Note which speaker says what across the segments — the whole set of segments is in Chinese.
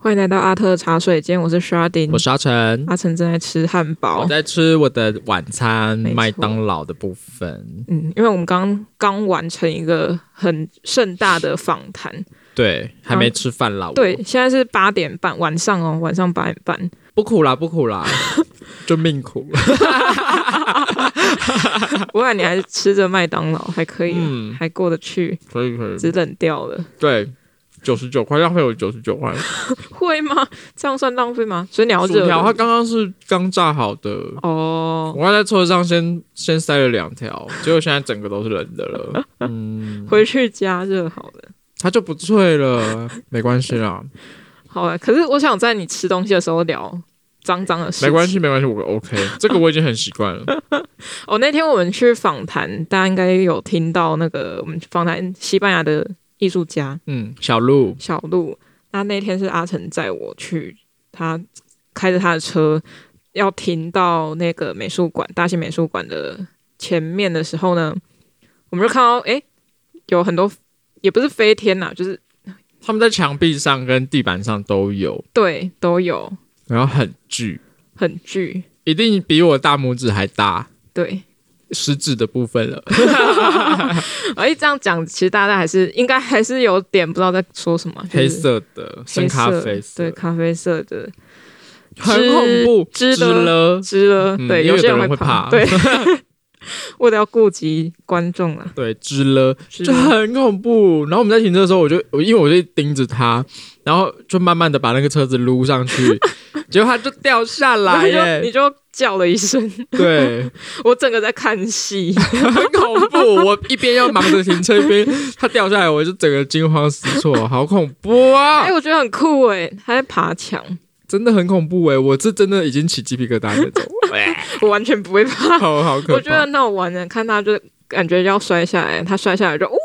Speaker 1: 欢迎来到阿特茶水间，我是 Sharding，
Speaker 2: 我是阿成，
Speaker 1: 阿成正在吃汉堡
Speaker 2: 我。在吃我的晚餐
Speaker 1: 没错
Speaker 2: 麦当劳的部分。
Speaker 1: 嗯，因为我们刚刚完成一个很盛大的访谈，
Speaker 2: 对，还没吃饭啦。我
Speaker 1: 对，，现在是八点半晚上哦，晚上八点半。
Speaker 2: 不苦啦，不 苦啦，就命苦。
Speaker 1: 不然你还吃着麦当劳，还可以，
Speaker 2: 嗯
Speaker 1: 还过得去，
Speaker 2: 可以可以，
Speaker 1: 只冷掉了，
Speaker 2: 对，九十九块浪费我九十九块。
Speaker 1: 会吗？这样算浪费吗？所以你要
Speaker 2: 薯
Speaker 1: 热
Speaker 2: 条它
Speaker 1: 的
Speaker 2: 刚刚是刚炸好的，
Speaker 1: 哦，
Speaker 2: 我刚在车上先先塞了两条，结果现在整个都是冷的 了。嗯，
Speaker 1: 回去加热好了。
Speaker 2: 它就不脆了，没关系啦，
Speaker 1: 好了，可是我想在你吃东西的时候聊脏脏的事，
Speaker 2: 没关系。没关系，我 OK，这个我已经很习惯了。
Speaker 1: 哦，那天我们去访谈，大家应该有听到那个我们访谈西班牙的艺术家
Speaker 2: 嗯，小鹿，
Speaker 1: 小鹿。那那天是阿成载我去，他开着他的车要停到那个美术馆，大兴美术馆的前面的时候呢，我们就看到诶，有很多也不是飞天呐、就是
Speaker 2: 他们在墙壁上跟地板上都有，
Speaker 1: 对都有
Speaker 2: 然后很巨，
Speaker 1: 很巨，
Speaker 2: 一定比我大拇指还大，
Speaker 1: 对。
Speaker 2: 食指的部分了。
Speaker 1: 嗯哎，这样讲，其实大家还是应该还是有点不知道在说什么，就是
Speaker 2: 黑色的，深咖啡
Speaker 1: 对，咖啡色的，
Speaker 2: 很恐怖，
Speaker 1: 知知的
Speaker 2: 了。
Speaker 1: 知了，
Speaker 2: 嗯
Speaker 1: 对，
Speaker 2: 因为
Speaker 1: 些
Speaker 2: 有的人
Speaker 1: 会
Speaker 2: 会怕
Speaker 1: 对， 为了要顾及观众啊，
Speaker 2: 对，知了
Speaker 1: 知
Speaker 2: 就
Speaker 1: 了
Speaker 2: 很恐怖。然后我们在停车的时候，我就我因为我就盯着它，然后就慢慢的把那个车子撸 上去，结果它就掉下来
Speaker 1: 然后你
Speaker 2: 耶。
Speaker 1: 就你就叫了一声，
Speaker 2: 对，
Speaker 1: 我整个在看 戏，
Speaker 2: 很恐怖。我一边要忙着停车，一边它掉下来，我就整个惊慌失措，好恐怖啊！
Speaker 1: 哎，我觉得很酷哎，还在爬墙，
Speaker 2: 真的很恐怖哎、我是真的已经起鸡皮疙瘩 那种，
Speaker 1: 我完全不会爬，
Speaker 2: 好好可怕。
Speaker 1: 我觉得很好玩的，看他就感觉要摔下来，他摔下来就呜，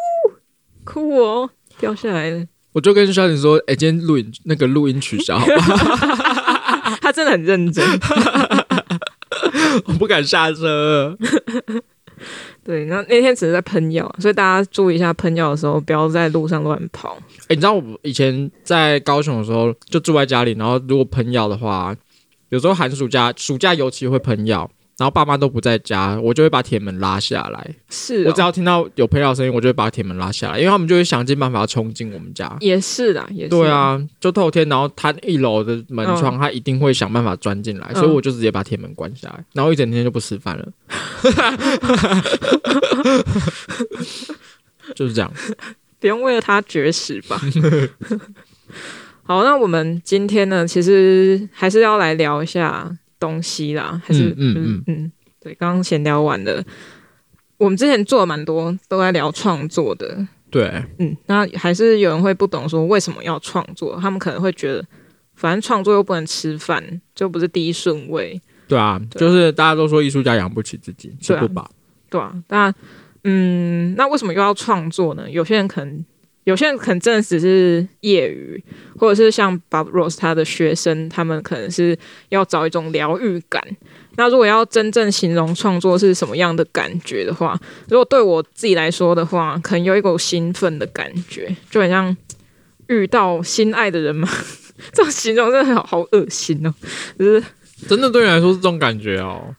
Speaker 1: 酷哦，掉下来了，
Speaker 2: 我就跟肖景说，哎、今天录影那个录音取消好吧，啊
Speaker 1: 他真的很认真，
Speaker 2: 我不敢下车。
Speaker 1: 对，那那天只是在喷药，所以大家注意一下喷药的时候，不要在路上乱跑。
Speaker 2: 哎、你知道我以前在高雄的时候，就住在家里，然后如果喷药的话，有时候寒暑假、暑假尤其会喷药，然后爸妈都不在家，我就会把铁门拉下来。
Speaker 1: 是、哦，
Speaker 2: 我只要听到有喷药的声音，我就会把铁门拉下来，因为他们就会想尽办法要冲进我们家。
Speaker 1: 也是啦，也是。
Speaker 2: 对，啊，就透天，然后他一楼的门窗，
Speaker 1: 嗯
Speaker 2: 他一定会想办法钻进来，所以
Speaker 1: 嗯
Speaker 2: 我就直接把铁门关下来，然后一整天就不吃 饭了，就是这样。
Speaker 1: 不用为了他绝食吧。 好，那我们今天呢，其实还是要来聊一下东西啦，还是
Speaker 2: 嗯嗯
Speaker 1: 嗯嗯对，刚刚闲聊完了。我们之前做了蛮多，都在聊创作的，
Speaker 2: 对，
Speaker 1: 嗯，那还是有人会不懂说为什么要创作，他们可能会觉得，反正创作又不能吃饭，就不是第一顺位，
Speaker 2: 对啊，
Speaker 1: 对
Speaker 2: 就是大家都说艺术家养不起自己，吃
Speaker 1: 对啊
Speaker 2: 不饱。
Speaker 1: 对啊，那嗯，那为什么又要创作呢？有些人可能，有些人可能真的只是业余，或者是像 Bob Ross 他的学生，他们可能是要找一种疗愈感。那如果要真正形容创作是什么样的感觉的话，如果对我自己来说的话，可能有一股兴奋的感觉，就很像遇到心爱的人嘛。 这种形容真的好好恶心哦，就是
Speaker 2: 真的对你来说是这种感觉哦。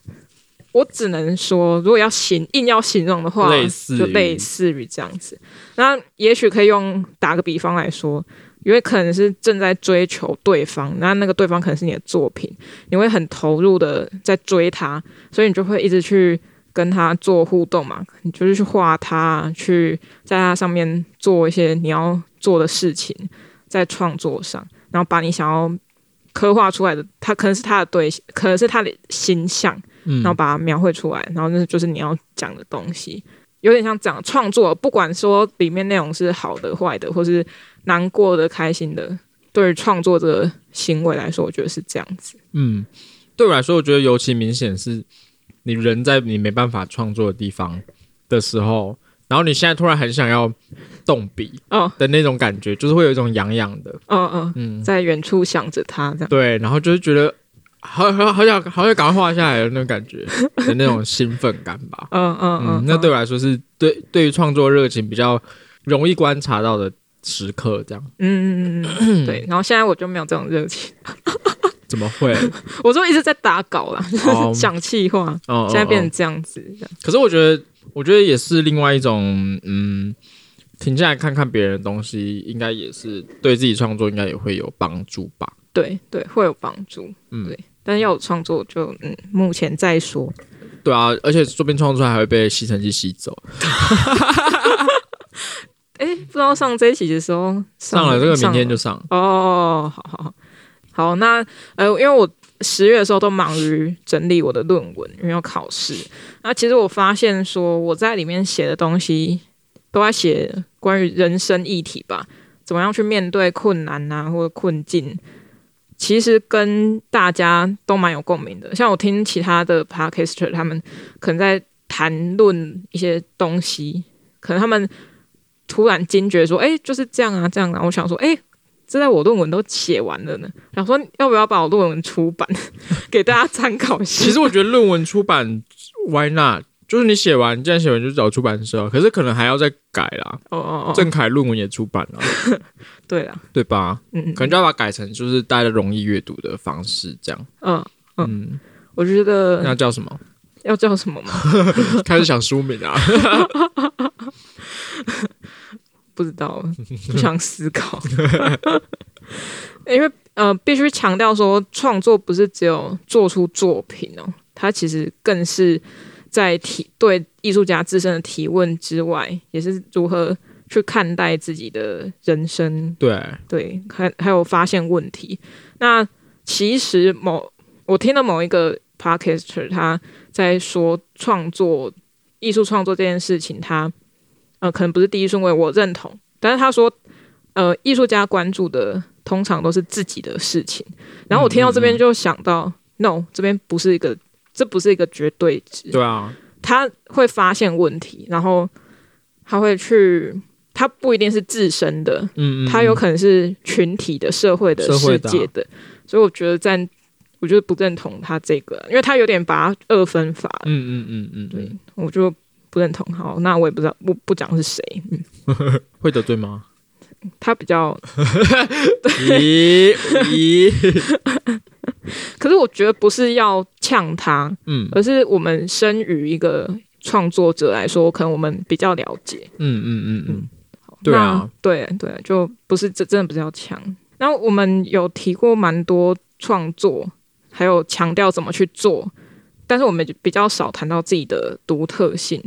Speaker 1: 我只能说，如果要形硬要形容的话，
Speaker 2: 类似于
Speaker 1: 就类似于这样子。那也许可以用打个比方来说，因为可能是正在追求对方，那那个对方可能是你的作品，你会很投入的在追他，所以你就会一直去跟他做互动嘛，你就是去画他，去在他上面做一些你要做的事情，在创作上，然后把你想要刻画出来的，他可能是他的对，可能是他的形象。
Speaker 2: 嗯
Speaker 1: 然后把它描绘出来，然后那就是你要讲的东西，有点像讲创作，不管说里面内容是好的、坏的，或是难过的、开心的，对于创作者的行为来说，我觉得是这样子。
Speaker 2: 嗯，对我来说，我觉得尤其明显是你人在你没办法创作的地方的时候，然后你现在突然很想要动笔
Speaker 1: 哦，
Speaker 2: 的那种感觉，就是会有一种痒痒的，
Speaker 1: 嗯嗯，
Speaker 2: 嗯，
Speaker 1: 在远处想着他这样。
Speaker 2: 对，然后就是觉得好好好想好想赶快画下来的那种感 觉的那种兴奋感吧。
Speaker 1: 嗯嗯
Speaker 2: 嗯
Speaker 1: 嗯，，
Speaker 2: 那对我来说是对对于创作热情比较容易观察到的时刻，这样
Speaker 1: 嗯嗯嗯嗯嗯，对。 然后现在我就没有这种热情，
Speaker 2: 怎么 会？
Speaker 1: 我就一直在打稿啦，
Speaker 2: 哦
Speaker 1: 讲气话，
Speaker 2: 哦，
Speaker 1: 现在
Speaker 2: 哦
Speaker 1: 变成
Speaker 2: 哦
Speaker 1: 这样子。这样
Speaker 2: 可是我觉得，我觉得也是另外一种，嗯，停下来看看别人的东西，应该也是对自己创作应该也会有帮助吧。
Speaker 1: 对对，会有帮助，
Speaker 2: 嗯
Speaker 1: 对。但要有创作就嗯，目前再说。
Speaker 2: 对啊，而且说不定创作出来还会被吸尘器吸走。
Speaker 1: 哎，不知道上这一集的时候
Speaker 2: 上了这个，明天
Speaker 1: 上
Speaker 2: 就上。
Speaker 1: 哦，好好好，好，那呃，因为我十月的时候都忙于整理我的论文，因为要考试。那啊其实我发现说，我在里面写的东西都在写关于人生议题吧，怎么样去面对困难啊，或者困境。其实跟大家都蛮有共鸣的，像我听其他的 podcaster，他们可能在谈论一些东西，可能他们突然惊觉说：“哎、就是这样啊，这样啊。”我想说：“哎、这在我论文都写完了呢。”想说要不要把我论文出版， 给大家参考一下
Speaker 2: 其。实我觉得论文出版，Why not？就是你写完，既然写完就找出版社啊，可是可能还要再改啦。
Speaker 1: 哦哦哦，
Speaker 2: 郑恺论文也出版了，
Speaker 1: 对了，
Speaker 2: 对吧？
Speaker 1: 嗯嗯
Speaker 2: 可能就要把它改成就是大家容易阅读的方式，这样。
Speaker 1: 嗯，
Speaker 2: 嗯，
Speaker 1: 我觉
Speaker 2: 那
Speaker 1: 得
Speaker 2: 叫什么？
Speaker 1: 要叫什么吗？
Speaker 2: 开始想书名 啊？
Speaker 1: 不知道，不想思考。 因为呃，必须强调说，创作不是只有做出作品哦，它其实更是在提对艺术家自身的提问之外，也是如何去看待自己的人生
Speaker 2: 对，
Speaker 1: 对，还还有发现问题。那其实某我听到某一个 podcaster 他在说创作艺术创作这件事情，他呃可能不是第一顺位，我认同，但是他说呃艺术家关注的通常都是自己的事情。然后我听到这边就想到、n o 这边不是一个这不是一个绝对值，
Speaker 2: 对啊，
Speaker 1: 他会发现问题，然后他会去。他不一定是自身的，
Speaker 2: 嗯，嗯
Speaker 1: 它有可能是群体的、社会的、
Speaker 2: 社
Speaker 1: 世
Speaker 2: 会的啊
Speaker 1: 界的，所以我觉得在，我就是不认同他这个，因为他有点把它二分法，
Speaker 2: 嗯嗯嗯嗯，
Speaker 1: 对
Speaker 2: 对，
Speaker 1: 我就不认同。好，那我也不知道，不不讲是谁，
Speaker 2: 会得 罪吗？
Speaker 1: 他比较，
Speaker 2: 咦咦，
Speaker 1: 可是我觉得不是要呛他，
Speaker 2: 嗯
Speaker 1: 而是我们生于一个创作者来说，可能我们比较了解。
Speaker 2: 嗯嗯嗯嗯，对啊
Speaker 1: 那，对对，就不是这真的不是要强。然后我们有提过蛮多创作，还有强调怎么去做，但是我们比较少谈到自己的独特性。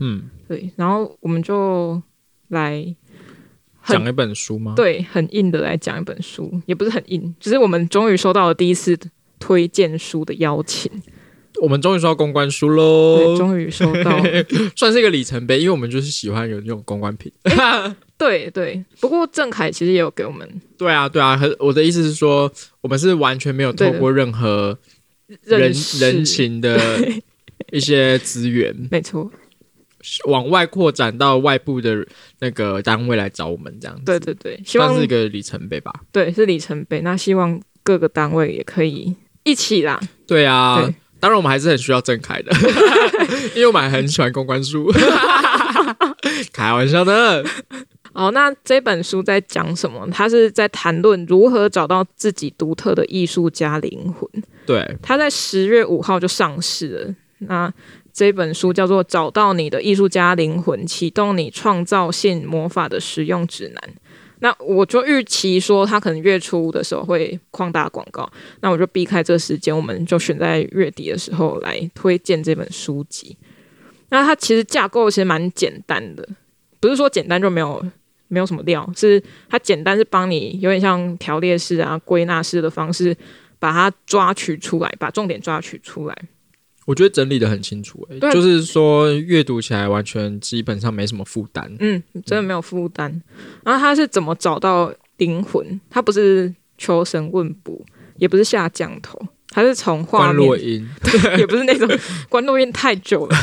Speaker 2: 嗯，
Speaker 1: 对，然后我们就来很
Speaker 2: 讲一本书吗？，
Speaker 1: 对很硬的来讲一本书，也不是很硬，只是我们终于收到了第一次推荐书的邀请，
Speaker 2: 我们终于收到公关书
Speaker 1: 对，
Speaker 2: 喽，
Speaker 1: 终于收到了。
Speaker 2: 算是一个里程碑，因为我们就是喜欢有那种公关品。
Speaker 1: 对对，不过郑凯其实也有给我们
Speaker 2: 对啊，对啊，很我的意思是说，我们是完全没有透过任何人
Speaker 1: 认识
Speaker 2: 人，情的一些资 源，
Speaker 1: 没错，
Speaker 2: 往外扩展到外部的那个单位来找我们这样子，
Speaker 1: 对对对，希望
Speaker 2: 算是一个里程碑吧。
Speaker 1: 对，是里程碑。那希望各个单位也可以一起啦。
Speaker 2: 对啊，
Speaker 1: 对
Speaker 2: 当然我们还是很需要郑恺的， 因为我们还很喜欢公 关书。开玩笑的，
Speaker 1: 好，那这本书在讲什么？它是在谈论如何找到自己独特的艺术家灵魂。
Speaker 2: 对，
Speaker 1: 它在十月五号就上市了。那这本书叫做《找到你的艺术家灵魂：启动你创造性魔法的实用指南》。那我就预期说，它可能月初的时候会扩大广告，那我就避开这时间，我们就选在月底的时候来推荐这本书籍。那它其实架构其实蛮简单的，不是说简单就没有没有什么料，是它简单是帮你有点像条列式啊、归纳式的方式把它抓取出来，把重点抓取出来。
Speaker 2: 我觉得整理的很清楚、欸，
Speaker 1: 对
Speaker 2: 就是说阅读起来完全基本上没什么负担。
Speaker 1: 嗯，真的没有负担。然后他是怎么找到灵魂？他不是求神问卜，也不是下降头，他是从画
Speaker 2: 关洛
Speaker 1: 面，
Speaker 2: 音，
Speaker 1: 也不是那种关落音太久了。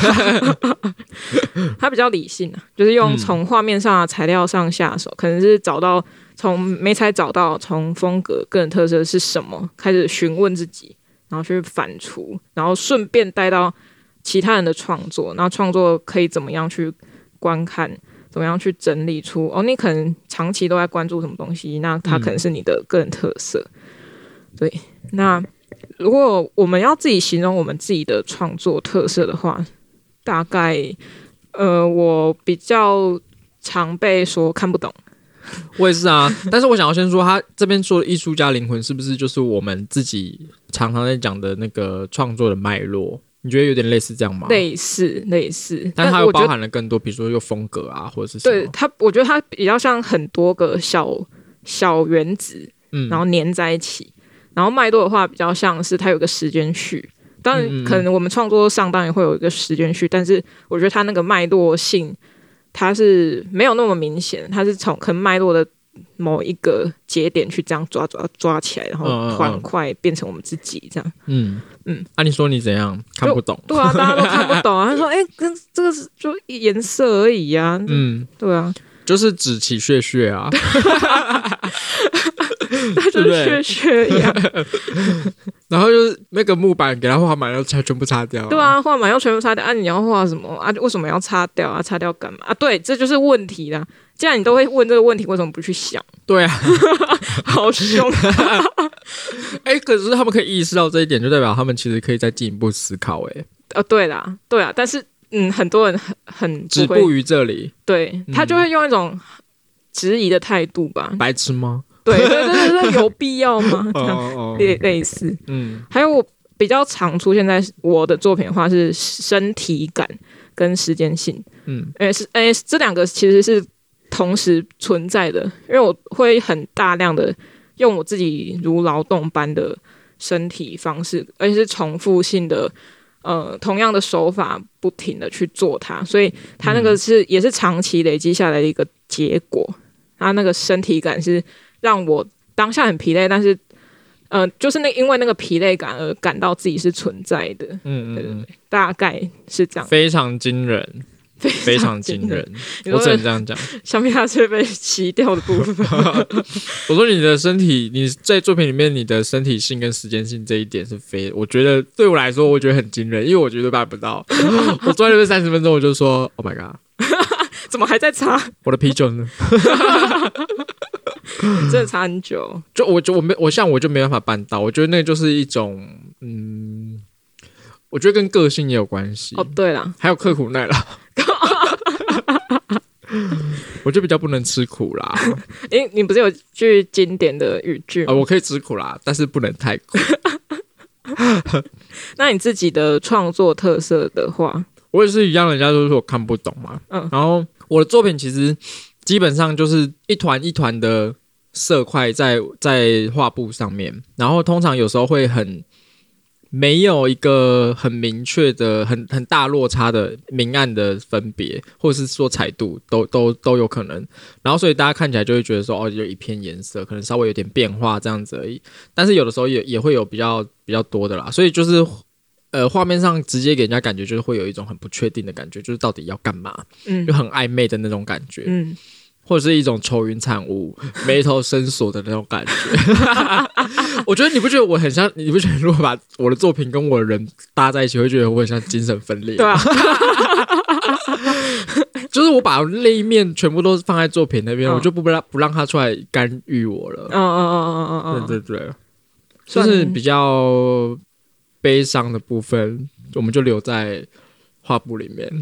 Speaker 1: 他比较理性啊，就是用
Speaker 2: 嗯
Speaker 1: 从画面上啊、材料上下手，可能是找到从没才找到从风格、个人特色是什么，开始询问自己，然后去反刍，然后顺便带到其他人的创作，然后创作可以怎么样去观看，怎么样去整理出哦，你可能长期都在关注什么东西，那它可能是你的个人特色。对，那如果我们要自己形容我们自己的创作特色的话，大概呃，我比较常被说看不懂。
Speaker 2: 我也是啊，但是我想要先说，他这边说的艺术家灵魂是不是就是我们自己常常在讲的那个创作的脉络？你觉得有点类似这样吗？，
Speaker 1: 类似类似，
Speaker 2: 但它
Speaker 1: 我
Speaker 2: 又
Speaker 1: 觉
Speaker 2: 包
Speaker 1: 得
Speaker 2: 含了更多，比如说又风格啊，或者是什
Speaker 1: 对
Speaker 2: 么？
Speaker 1: 它，我觉得它比较像很多个小小原子，
Speaker 2: 嗯
Speaker 1: 然后粘在一起。然后脉络的话，比较像是它有个时间序。当
Speaker 2: 嗯嗯
Speaker 1: 然，
Speaker 2: 嗯
Speaker 1: 可能我们创作上当然会有一个时间序，但是我觉得它那个脉络性，它是没有那么明显，它是从可能脉络的某一个节点去这样抓抓抓起来，然
Speaker 2: 嗯嗯
Speaker 1: 后
Speaker 2: 嗯
Speaker 1: 欢快变成我们自己这样。
Speaker 2: 嗯嗯
Speaker 1: 嗯，
Speaker 2: 啊，你说你怎样看不懂？
Speaker 1: 对啊，大家都看不懂啊。他说：“哎、跟这个是就颜色而已啊。”嗯，
Speaker 2: 嗯，
Speaker 1: 对啊，
Speaker 2: 就是指起血血啊，
Speaker 1: 他就
Speaker 2: 对不对
Speaker 1: 是缺缺一样。
Speaker 2: 然后就是那个木板给他画满，然后擦全部擦掉。
Speaker 1: 对，啊，画满要全部擦掉啊！你要画什么啊？为什么要擦掉啊？擦掉干嘛啊？对，这就是问题啦。既然你都会问这个问题，为什么不去想？
Speaker 2: 对啊，
Speaker 1: 好 凶！
Speaker 2: 哎，可是他们可以意识到这一点，就代表他们其实可以再进一步思考，哎，
Speaker 1: 呃，对啦，对啦，但是嗯，很多人很很
Speaker 2: 止
Speaker 1: 不会
Speaker 2: 步于这里，
Speaker 1: 对他就会用一种质疑的态度吧。
Speaker 2: 白痴吗？
Speaker 1: 对对对对对，有必要吗？这样
Speaker 2: 哦
Speaker 1: 类类似，
Speaker 2: 嗯
Speaker 1: 还有我比较常出现在我的作品的话是身体感跟时间性。
Speaker 2: 嗯
Speaker 1: 诶、是诶、这两个其实是同时存在的，因为我会很大量的用我自己如劳动般的身体方式，而且是重复性的，呃，同样的手法不停的去做它，所以它那个是、也是长期累积下来的一个结果。它那个身体感是让我当下很疲累，但是，呃，就是那因为那个疲累感而感到自己是存在的，
Speaker 2: 嗯
Speaker 1: 对对
Speaker 2: 嗯
Speaker 1: 对，大概是这样，
Speaker 2: 非常惊人，非常惊人。我只能这样讲。
Speaker 1: 相比它是被洗掉的部分。
Speaker 2: 我说你的身体，你在作品里面你的身体性跟时间性这一点是非，我觉得对我来说，我觉得很惊人，因为我绝对办不到。 我坐在那边三十分钟，我就说，Oh my god，
Speaker 1: 怎么还在擦？
Speaker 2: 我的啤酒呢？
Speaker 1: 真的擦很久。
Speaker 2: 就我就我没我像我就没办法办到，我觉得那就是一种嗯，我觉得跟个性也有关系，
Speaker 1: 哦，对了，
Speaker 2: 还有刻苦耐劳。我就比较不能吃苦啦，
Speaker 1: 诶，你不是有句经典的语句
Speaker 2: 啊，
Speaker 1: 吗？
Speaker 2: 我可以吃苦啦，但是不能太苦。
Speaker 1: 那你自己的创作特色的话，
Speaker 2: 我也是一样，人家都说我看不懂嘛。
Speaker 1: 嗯
Speaker 2: 然后我的作品其实基本上就是一团一团的色块在在画布上面，然后通常有时候会很没有一个很明确的、很很大落差的明暗的分别，或者是说彩度都都都有可能。然后所以大家看起来就会觉得说，哦，有一片颜色，可能稍微有点变化这样子而已。但是有的时候也也会有比较比较多的啦，所以就是呃，画面上直接给人家感觉就是会有一种很不确定的感觉，就是到底要干嘛，
Speaker 1: 嗯
Speaker 2: 就很暧昧的那种感觉，
Speaker 1: 嗯，
Speaker 2: 或者是一种愁云惨雾、眉头深锁的那种感觉。 我觉得你不觉得我很像？你不觉得如果把我的作品跟我的人搭在一起，会觉得我很像精神分裂？
Speaker 1: 对啊，
Speaker 2: 就是我把那一面全部都放在作品那边，
Speaker 1: 嗯
Speaker 2: 我就不不让不让他出来干预我了。
Speaker 1: 嗯嗯嗯嗯嗯嗯，
Speaker 2: 对对对，就
Speaker 1: 算
Speaker 2: 是比较悲伤的部分，我们就留在画布里面。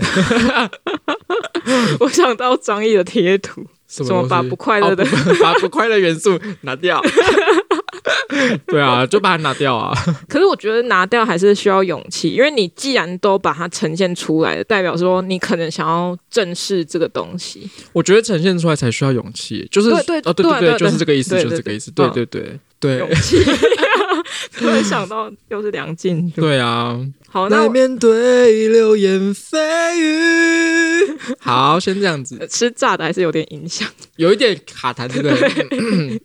Speaker 1: 我想到张译的贴图，
Speaker 2: 什
Speaker 1: 怎么
Speaker 2: 东西
Speaker 1: 把不快乐的
Speaker 2: 哦不 把不快乐元素拿掉？ 对啊，就把它拿掉啊。
Speaker 1: 可是我觉得拿掉还是需要勇气，因为你既然都把它呈现出来了，代表说你可能想要正视这个东西。
Speaker 2: 我觉得呈现出来才需要勇气，就是
Speaker 1: 对对
Speaker 2: 哦，对
Speaker 1: 对
Speaker 2: 对，
Speaker 1: 对
Speaker 2: 就是这个意思，
Speaker 1: 对
Speaker 2: 就
Speaker 1: 对
Speaker 2: 是这个意思，对
Speaker 1: 对
Speaker 2: 对对对
Speaker 1: 勇气， 突然想到又是梁静茹。
Speaker 2: 对啊。
Speaker 1: 好，那我
Speaker 2: 面对流言蜚语， 好，先这样子，
Speaker 1: 呃吃炸的还是有点影响。
Speaker 2: 有一点卡痰，对不对？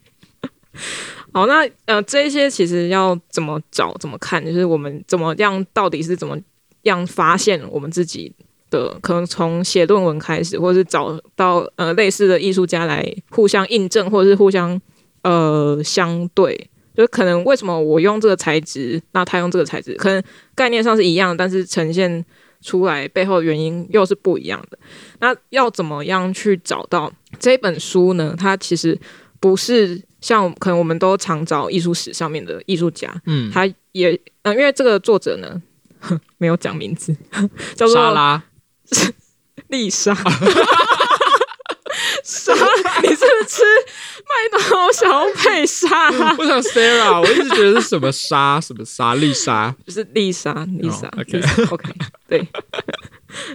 Speaker 1: 好，那呃，这些其实要怎么找、怎么看，就是我们怎么样，到底是怎么样发现我们自己的？可能从写论文开始，或是找到呃类似的艺术家来互相印证，或者是互相呃相对。就是可能为什么我用这个材质，那他用这个材质，可能概念上是一样，但是呈现出来背后的原因又是不一样的。那要怎么样去找到这本书呢？它其实不是像可能我们都常找艺术史上面的艺术家，
Speaker 2: 嗯，
Speaker 1: 他也嗯、呃因为这个作者呢 没有讲名字， 叫
Speaker 2: 莎
Speaker 1: 做
Speaker 2: 拉，
Speaker 1: 丽莎。 莎，你是不是吃麦当劳想要配莎拉？
Speaker 2: 我想 Sarah，我一直觉得是什么莎，什么莎丽莎，
Speaker 1: 就是丽莎，丽莎
Speaker 2: 哦 OK
Speaker 1: 丽莎，OK，对，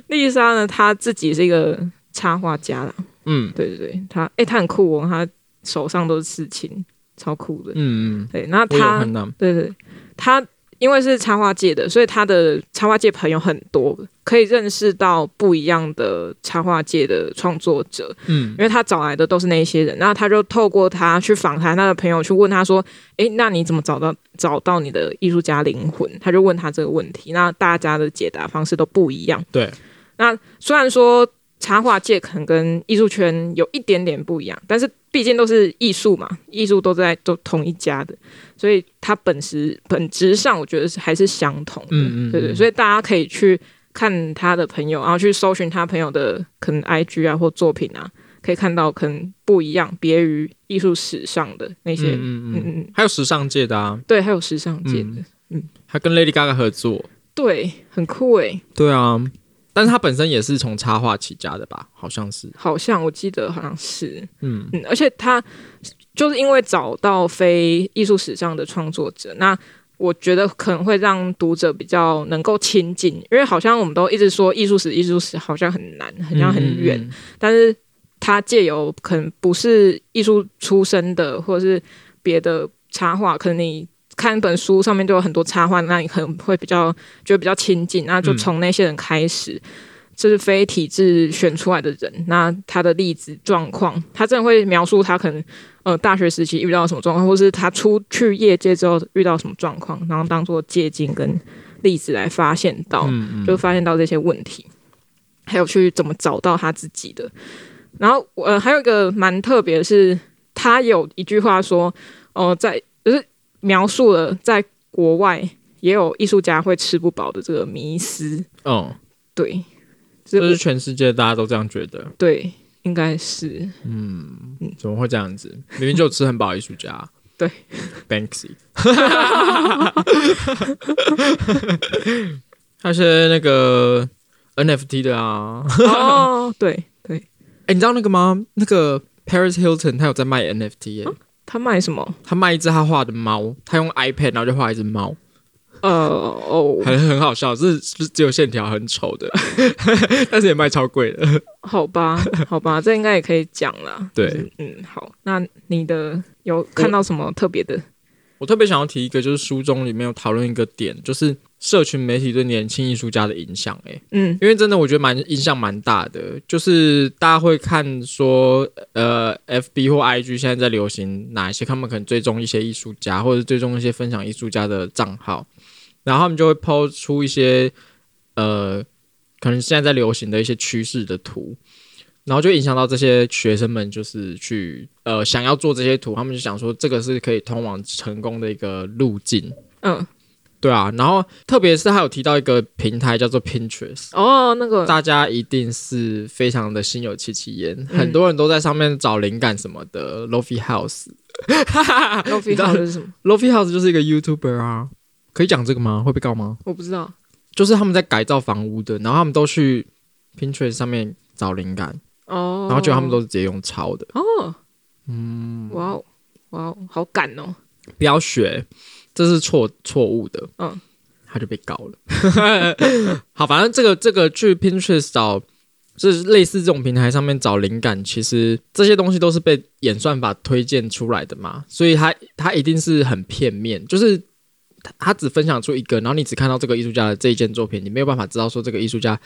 Speaker 1: 丽莎呢，她自己是一个插画家啦，
Speaker 2: 嗯
Speaker 1: 对对对，她哎、她很酷哦，她手上都是刺青，超酷的，
Speaker 2: 嗯嗯，
Speaker 1: 对，那
Speaker 2: 我有
Speaker 1: 她
Speaker 2: 看到，
Speaker 1: 对对，她因为是插画界的，所以她的插画界朋友很多，可以认识到不一样的插画界的创作者，
Speaker 2: 嗯
Speaker 1: 因为他找来的都是那一些人，然后他就透过他去访谈他的朋友，去问他说：“诶，那你怎么找到找到你的艺术家灵魂？”他就问他这个问题，那大家的解答方式都不一样。
Speaker 2: 对，
Speaker 1: 那虽然说插画界可能跟艺术圈有一点点不一样，但是毕竟都是艺术嘛，艺术都在都同一家的，所以它本质本质上我觉得是还是相同的，
Speaker 2: 嗯嗯嗯
Speaker 1: 对对，所以大家可以去看他的朋友，然后去搜寻他朋友的可能 IG 啊或作品啊，可以看到可能不一样，别于艺术史上的那些，嗯
Speaker 2: 嗯嗯
Speaker 1: 嗯
Speaker 2: 嗯，
Speaker 1: 嗯，
Speaker 2: 还有时尚界的啊，
Speaker 1: 对，还有时尚界的，
Speaker 2: 嗯他跟 Lady Gaga 合作，
Speaker 1: 对，很酷欸诶，
Speaker 2: 对啊，但是他本身也是从插画起家的吧，好像是，
Speaker 1: 好像我记得好像是，
Speaker 2: 嗯
Speaker 1: 嗯，而且他就是因为找到非艺术史上的创作者，那我觉得可能会让读者比较能够亲近，因为好像我们都一直说艺术史，艺术史好像很难，好像很远，，
Speaker 2: 嗯嗯
Speaker 1: 但是他借由可能不是艺术出身的，或者是别的插画，可能你看一本书上面就有很多插画，那你可能会比较觉得比较亲近，那就从那
Speaker 2: 嗯
Speaker 1: 些人开始。这是非体制选出来的人，那他的例子状况，他真的会描述他可能呃大学时期遇到什么状况，或是他出去业界之后遇到什么状况，然后当做借鉴跟例子来发现到
Speaker 2: 嗯嗯
Speaker 1: 就发现到这些问题，还有去怎么找到他自己的。然后呃，还有一个蛮特别的是，他有一句话说，哦、在就是描述了在国外也有艺术家会吃不饱的这个迷思，
Speaker 2: 哦，
Speaker 1: 对，
Speaker 2: 这
Speaker 1: 这
Speaker 2: 是全世界大家都这样觉得，
Speaker 1: 对，应该 是
Speaker 2: 怎么会这样子？明明就有吃很饱的艺术家，
Speaker 1: 对
Speaker 2: ，Banksy，那些那个 NFT 的啊，
Speaker 1: 哦，对对，
Speaker 2: 哎、你知道那个吗？那个 Paris Hilton 他有在卖 NFT 耶、
Speaker 1: 他卖什么？
Speaker 2: 他卖一只他画的猫，他用 iPad 然后就画一只猫，
Speaker 1: 呃哦，
Speaker 2: 很很好笑，是是只有线条很丑的， 但是也卖超贵的。
Speaker 1: 好吧，好吧，这应该也可以讲啦。
Speaker 2: 对
Speaker 1: 就是，嗯，好，那你的有看到什么特别的？
Speaker 2: 我特别想要提一个，就是书中里面有讨论一个点，就是社群媒体对年轻艺术家的影响、欸。
Speaker 1: 嗯
Speaker 2: 因为真的我觉得蛮影响蛮大的，就是大家会看说，呃，FB 或 IG 现在在流行哪一些，他们可能追踪一些艺术家，或者追踪一些分享艺术家的账号，然后他们就会抛出一些，呃，可能现在在流行的一些趋势的图，然后就影响到这些学生们，就是去呃想要做这些图，他们就想说这个是可以通往成功的一个路径，
Speaker 1: 嗯，
Speaker 2: 对啊，然后特别是他有提到一个平台叫做 Pinterest。
Speaker 1: 哦，那个
Speaker 2: 大家一定是非常的心有戚戚焉，很多人都在上面找灵感什么的。Lofi House，Lofi
Speaker 1: l o f i
Speaker 2: 道
Speaker 1: House 是什么？
Speaker 2: House 就是一个 YouTuber 啊，可以讲这个吗？会被告吗？
Speaker 1: 我不知道。
Speaker 2: 就是他们在改造房屋的，然后他们都去 Pinterest 上面找灵感，
Speaker 1: 哦，
Speaker 2: 然后结果他们都是直接用抄的，
Speaker 1: 哦，嗯，哇哦，哇哦，好赶哦，
Speaker 2: 不要学，这是错错误的。
Speaker 1: 嗯，
Speaker 2: 他就被告了。 好，反正这个这个去 Pinterest 找，就是类似这种平台上面找灵感，其实这些东西都是被演算法推荐出来的嘛，所以它它一定是很片面，就是它它只分享出一个，然后你只看到这个艺术家的这一件作品，你没有办法知道说这个艺术家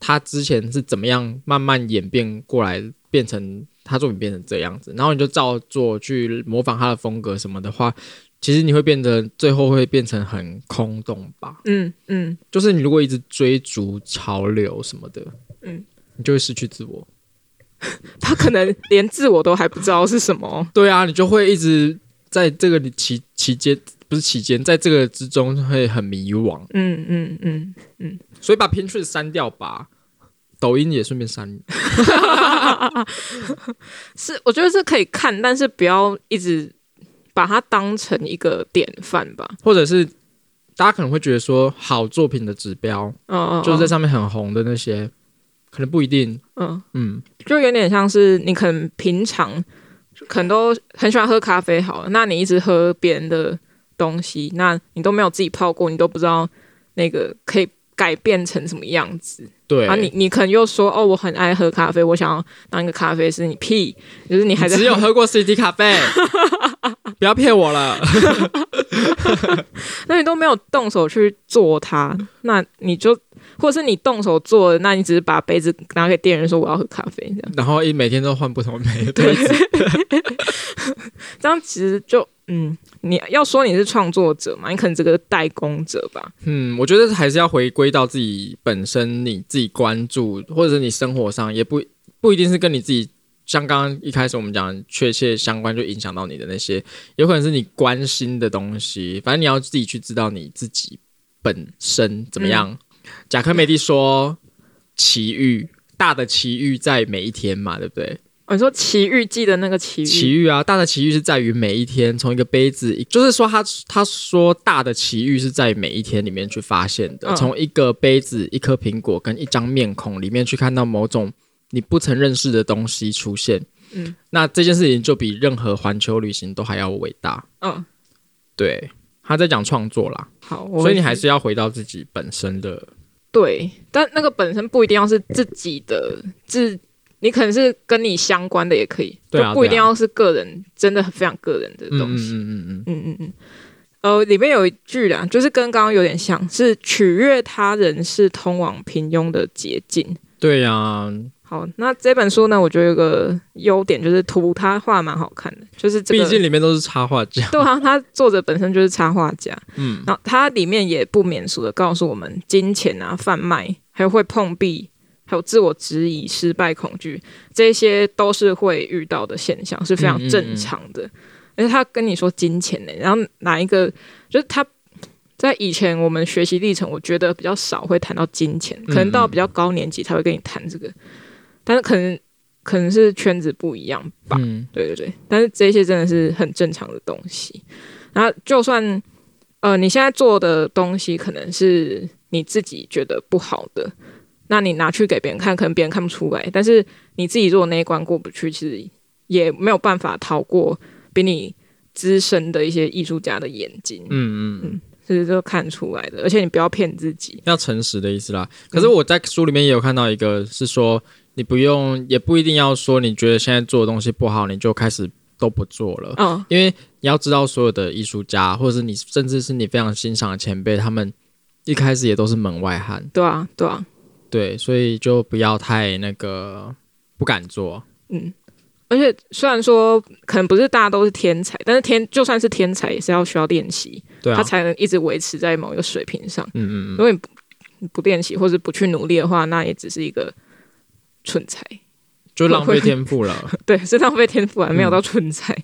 Speaker 2: 他之前是怎么样慢慢演变过来，变成他作品变成这样子，然后你就照做去模仿他的风格什么的话。其实你会变得最后会变成很空洞吧？
Speaker 1: 嗯嗯，
Speaker 2: 就是你如果一直追逐潮流什么的，
Speaker 1: 嗯
Speaker 2: 嗯，你就会失去自我。
Speaker 1: 他可能连自我都还不知道是什么，哦
Speaker 2: 对啊，你就会一直在这个期期间不是期间，在这个之中会很迷惘，
Speaker 1: 嗯嗯嗯，
Speaker 2: 所以把 Pinterest 删掉吧，抖音也顺便删。
Speaker 1: 是，我觉得是可以看，但是不要一直把它当成一个典范吧。
Speaker 2: 或者是大家可能会觉得说，好作品的指标
Speaker 1: 嗯嗯，
Speaker 2: 就是在
Speaker 1: 这，
Speaker 2: 上面很红的那些，可能不一定。
Speaker 1: 嗯，
Speaker 2: 嗯，
Speaker 1: 就有点像是你可能平常可能都很喜欢喝咖啡，好了，那你一直喝别人的东西，那你都没有自己泡过，你都不知道那个可以改变成什么样子。
Speaker 2: 对。
Speaker 1: 啊，你你可能又说哦，我很爱喝咖啡，我想要当一个咖啡师。你屁，就是你还在
Speaker 2: 只有喝过 CD 咖啡，不要骗我了。
Speaker 1: 那你都没有动手去做它，那你就或者是你动手做了，那你只是把杯子拿给店员说我要喝咖啡，这样
Speaker 2: 然后一每天都换不同的美对，
Speaker 1: 这样其实就嗯，你要说你是创作者嘛，你可能这个代工者吧，
Speaker 2: 嗯，我觉得还是要回归到自己本身，你自己关注，或者是你生活上，也不不一定是跟你自己，像刚刚一开始我们讲确切相关，就影响到你的那些，有可能是你关心的东西，反正你要自己去知道你自己本身怎么样。贾科梅蒂说，奇遇大的奇遇在每一天嘛，对不对？
Speaker 1: 哦你说奇遇记的那个奇遇，
Speaker 2: 奇遇啊，大的奇遇是在于每一天，从一个杯子，就是说他他说大的奇遇是在每一天里面去发现的，
Speaker 1: 嗯
Speaker 2: 从一个杯子、一颗苹果跟一张面孔里面去看到某种你不曾认识的东西出现。
Speaker 1: 嗯
Speaker 2: 那这件事情就比任何环球旅行都还要伟大。
Speaker 1: 嗯，
Speaker 2: 对，他在讲创作啦，
Speaker 1: 好，我
Speaker 2: 所以你还
Speaker 1: 会
Speaker 2: 是要回到自己本身的。
Speaker 1: 对，但那个本身不一定要是自己的自。你可能是跟你相关的也可以，
Speaker 2: 对啊
Speaker 1: 就不一定
Speaker 2: 对啊
Speaker 1: 要是个人，真的很非常个人的
Speaker 2: 嗯
Speaker 1: 东
Speaker 2: 嗯
Speaker 1: 西。
Speaker 2: 嗯嗯嗯，
Speaker 1: 嗯嗯嗯，呃，里面有一句啦，就是跟刚刚有点像，是取悦他人是通往平庸的捷径。
Speaker 2: 对呀、
Speaker 1: 好，那这本书呢，我觉得有个优点就是图它画蛮好看的，就是这
Speaker 2: 毕
Speaker 1: 个，
Speaker 2: 竟里面都是插画家。
Speaker 1: 对啊，它作者本身就是插画家，
Speaker 2: 嗯，
Speaker 1: 然后它里面也不免俗的告诉我们，金钱啊、贩卖，还有会碰壁，还有自我质疑、失败恐惧，这些都是会遇到的现象，是非常正常的。而且他跟你说金钱呢、然后哪一个就是他在以前我们学习历程，我觉得比较少会谈到金钱，可能到比较高年级才会跟你谈这个，但是可能可能是圈子不一样吧。
Speaker 2: 嗯，
Speaker 1: 对对对，但是这些真的是很正常的东西。然后就算呃你现在做的东西可能是你自己觉得不好的，那你拿去给别人看，可能别人看不出来，但是你自己做那一关过不去，其实也没有办法逃过比你资深的一些艺术家的眼睛，
Speaker 2: 嗯嗯。嗯
Speaker 1: 这是都看出来的。而且你不要骗自己，
Speaker 2: 要诚实的意思啦。可是我在书里面也有看到一个是说，你不用也不一定要说你觉得现在做的东西不好，你就开始都不做了，
Speaker 1: 嗯
Speaker 2: 因为你要知道所有的艺术家，或者是你甚至是你非常欣赏的前辈，他们一开始也都是门外汉，
Speaker 1: 对啊，对啊，
Speaker 2: 对，所以就不要太那个不敢做。
Speaker 1: 嗯。而且虽然说可能不是大家都是天才，但是天就算是天才也是要需要练习，
Speaker 2: 对啊
Speaker 1: 他，才能一直维持在某一个水平上。
Speaker 2: 嗯
Speaker 1: 如
Speaker 2: 嗯嗯，
Speaker 1: 果你不你不练习或者不去努力的话，那也只是一个蠢 材。
Speaker 2: 就浪费天赋了。
Speaker 1: 对，是浪费天赋啊，没有到蠢材。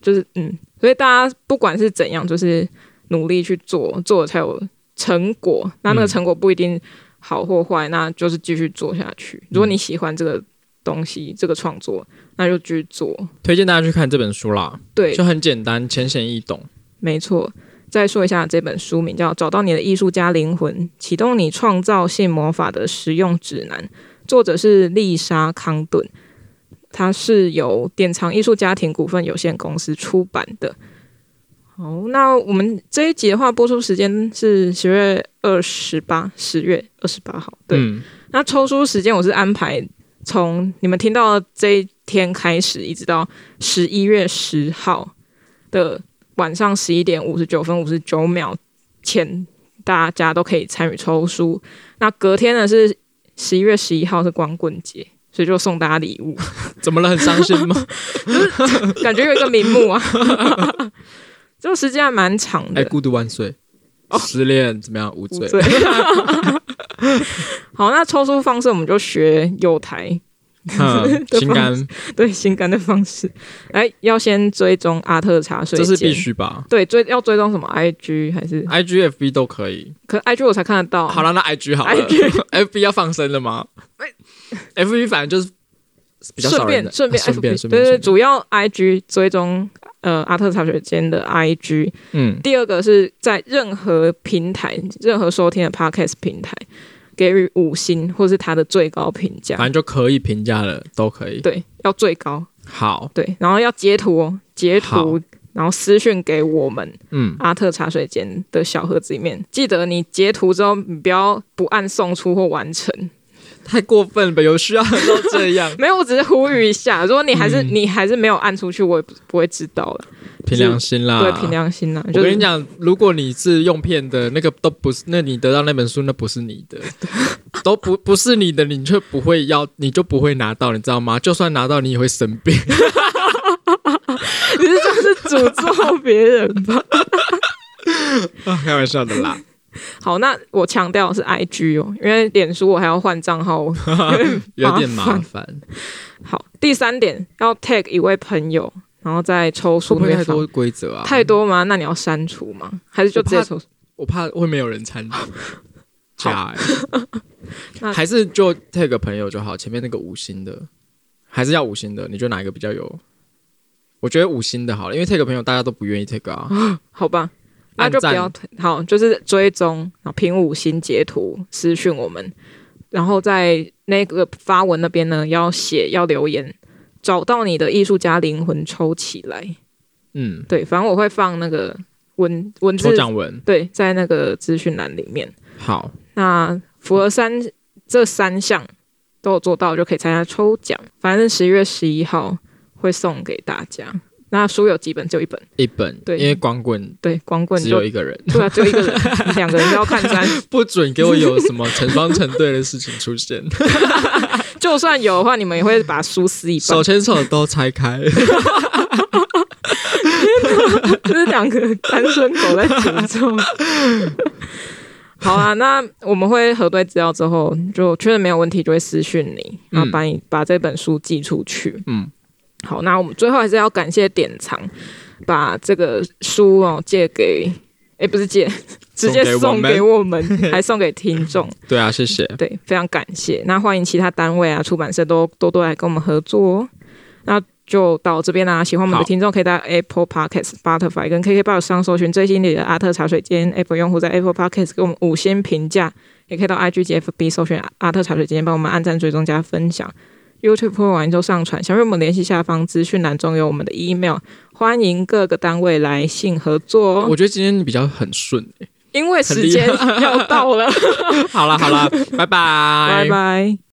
Speaker 1: 就是嗯，所以大家不管是怎样，就是努力去做，做了才有成果。那那个
Speaker 2: 嗯
Speaker 1: 成果不一定好或坏，那就是继续做下去。如
Speaker 2: 嗯
Speaker 1: 果你喜欢这个东西，这个创作，那就继续做。
Speaker 2: 推荐大家去看这本书啦，
Speaker 1: 对，
Speaker 2: 就很简单，浅显易懂。
Speaker 1: 没错。再说一下这本书名叫《找到你的艺术家灵魂：启动你创造性魔法的实用指南》，作者是丽莎·康顿，它是由典藏艺术家庭股份有限公司出版的。好，那我们这一集的话，播出时间是十月二十八，十月二十八号。对，
Speaker 2: 嗯
Speaker 1: 那抽书时间我是安排从你们听到这一天开始，一直到十一月十号的晚上十一点五十九分五十九秒前，大家都可以参与抽书。那隔天呢是十一月十一号是光棍节，所以就送大家礼物，
Speaker 2: 怎么了？很伤心 吗？
Speaker 1: 感觉有一个名目啊。 这个时间还蛮长
Speaker 2: 哎，
Speaker 1: 的，
Speaker 2: 孤独万岁！
Speaker 1: 哦
Speaker 2: 失恋怎么样？无
Speaker 1: 无
Speaker 2: 罪。
Speaker 1: 罪好，那抽书方式我们就学有台
Speaker 2: 嗯，
Speaker 1: 对
Speaker 2: 心肝
Speaker 1: 对心肝的方式。哎，要先追踪阿特茶水
Speaker 2: 这
Speaker 1: 间，
Speaker 2: 是必须吧
Speaker 1: 对追要追踪什么 IG 还是？
Speaker 2: ？I G F B 都可以。
Speaker 1: 可 IG 我才看得到。
Speaker 2: 好，了，那哦 I G 好了 ，F B 要放生了吗？F B 反正就是比较
Speaker 1: 顺
Speaker 2: 少人
Speaker 1: 便
Speaker 2: 的，
Speaker 1: 顺便
Speaker 2: 啊顺便
Speaker 1: FB
Speaker 2: 顺
Speaker 1: 对
Speaker 2: 便
Speaker 1: 对，
Speaker 2: 顺便，
Speaker 1: 主要 IG 追踪呃阿特茶水间的 IG，
Speaker 2: 嗯，
Speaker 1: 第二个是在任何平台、任何收听的 Podcast 平台给予五星，或是它的最高评
Speaker 2: 反
Speaker 1: 价。
Speaker 2: 正就可以评价了，都可以。
Speaker 1: 对，要最高。
Speaker 2: 好，
Speaker 1: 对，然后要截图哦，截图
Speaker 2: 好，
Speaker 1: 然后私讯给我们
Speaker 2: 嗯，
Speaker 1: 阿特茶水间的小盒子里面。记得你截图之后，你不要不按送出或完成。？
Speaker 2: 太过分了吧，有需要到这样
Speaker 1: 没有，我只是呼吁一下，如果你还是、
Speaker 2: 嗯
Speaker 1: 你还是没有按出去，我也不不会知道了。
Speaker 2: 凭良心啦，
Speaker 1: 对，凭。良心呐、
Speaker 2: 我
Speaker 1: 就是
Speaker 2: 跟你讲，如果你是用骗的，那个都不是，那你得到那本书那不是你 的，都不不是你的，你却不会要，你就不会拿到，你知道吗？就算拿到，你也会生病。
Speaker 1: 你是这样是诅咒别人吧？
Speaker 2: 啊开玩笑的 啦，
Speaker 1: 好，那我强调的是 IG 哦，因为脸书我还要换账号。
Speaker 2: 有点麻烦，
Speaker 1: 好，第三点要 tag 一位朋友，然后再抽
Speaker 2: 会
Speaker 1: 出
Speaker 2: 不会
Speaker 1: 面
Speaker 2: 太
Speaker 1: 方。
Speaker 2: 多规则啊？
Speaker 1: 太多吗？那你要删除吗？还是就直接
Speaker 2: 我怕
Speaker 1: 抽？
Speaker 2: 我怕会没有人 参加。假
Speaker 1: 那
Speaker 2: 欸，还是就 tag 个朋友就好，前面那个五星的，还是要五星的，你觉得哪一个比较有？我觉得五星的好了，因为 tag 个朋友大家都不愿意 tag 啊。
Speaker 1: 好吧，那
Speaker 2: 按
Speaker 1: 就
Speaker 2: 赞
Speaker 1: 不要 tag- 好，就是追踪，然后评五星截图私讯我们，然后在那个发文那边呢，要写要留言，找到你的艺术家灵魂抽起来。
Speaker 2: 嗯，
Speaker 1: 对，反正我会放那个文文字
Speaker 2: 抽奖文
Speaker 1: 对，在那个资讯栏里面。
Speaker 2: 好，
Speaker 1: 那符合三这三项都有做到，就可以参加抽奖。反正十一月十一号会送给大家。那书有几本？就一本。
Speaker 2: 一本，
Speaker 1: 对
Speaker 2: 因为光棍
Speaker 1: 对，光棍
Speaker 2: 只
Speaker 1: 就
Speaker 2: 有一 个人，
Speaker 1: 对啊，就一个人，两个人都要看 三。
Speaker 2: 不准给我有什么成双成对的事情出 现，
Speaker 1: 就算有的话，你们也会把书撕一半
Speaker 2: 手，牵手都拆开，
Speaker 1: 就是两个单身狗在诅 咒。好啊，那我们会核对资料之后，就确认没有问题，就会私讯你，然后把你、把这本书寄出去。
Speaker 2: 嗯，
Speaker 1: 好，那我们最后还是要感谢典藏，把这个书哦借给，诶，不是借，直接送
Speaker 2: 送
Speaker 1: 给
Speaker 2: 给
Speaker 1: 我 们，还送给听众，
Speaker 2: 对啊，谢谢，
Speaker 1: 对，非常感谢。那欢迎其他单位啊、出版社都多多来跟我们合作、哦。那就到这边啦、喜欢我们的
Speaker 2: 好
Speaker 1: 听众可以在 Apple Podcast、Spotify 跟 KKBox 上搜寻最新里的阿特茶水间。Apple 用户在 Apple Podcast 给我们五星评价，也可以到 IG 及 FB 搜寻阿特茶水间，帮我们按赞、追踪、加分享。YouTube 会完之后上传，想与我们联系，下方资讯栏中有我们的 email，欢迎各个单位来信合作、哦
Speaker 2: 我。觉得今天你比较很顺、欸，
Speaker 1: 因为时间
Speaker 2: 很厉害
Speaker 1: 要到了，
Speaker 2: 好啦好啦，拜拜，
Speaker 1: 拜拜。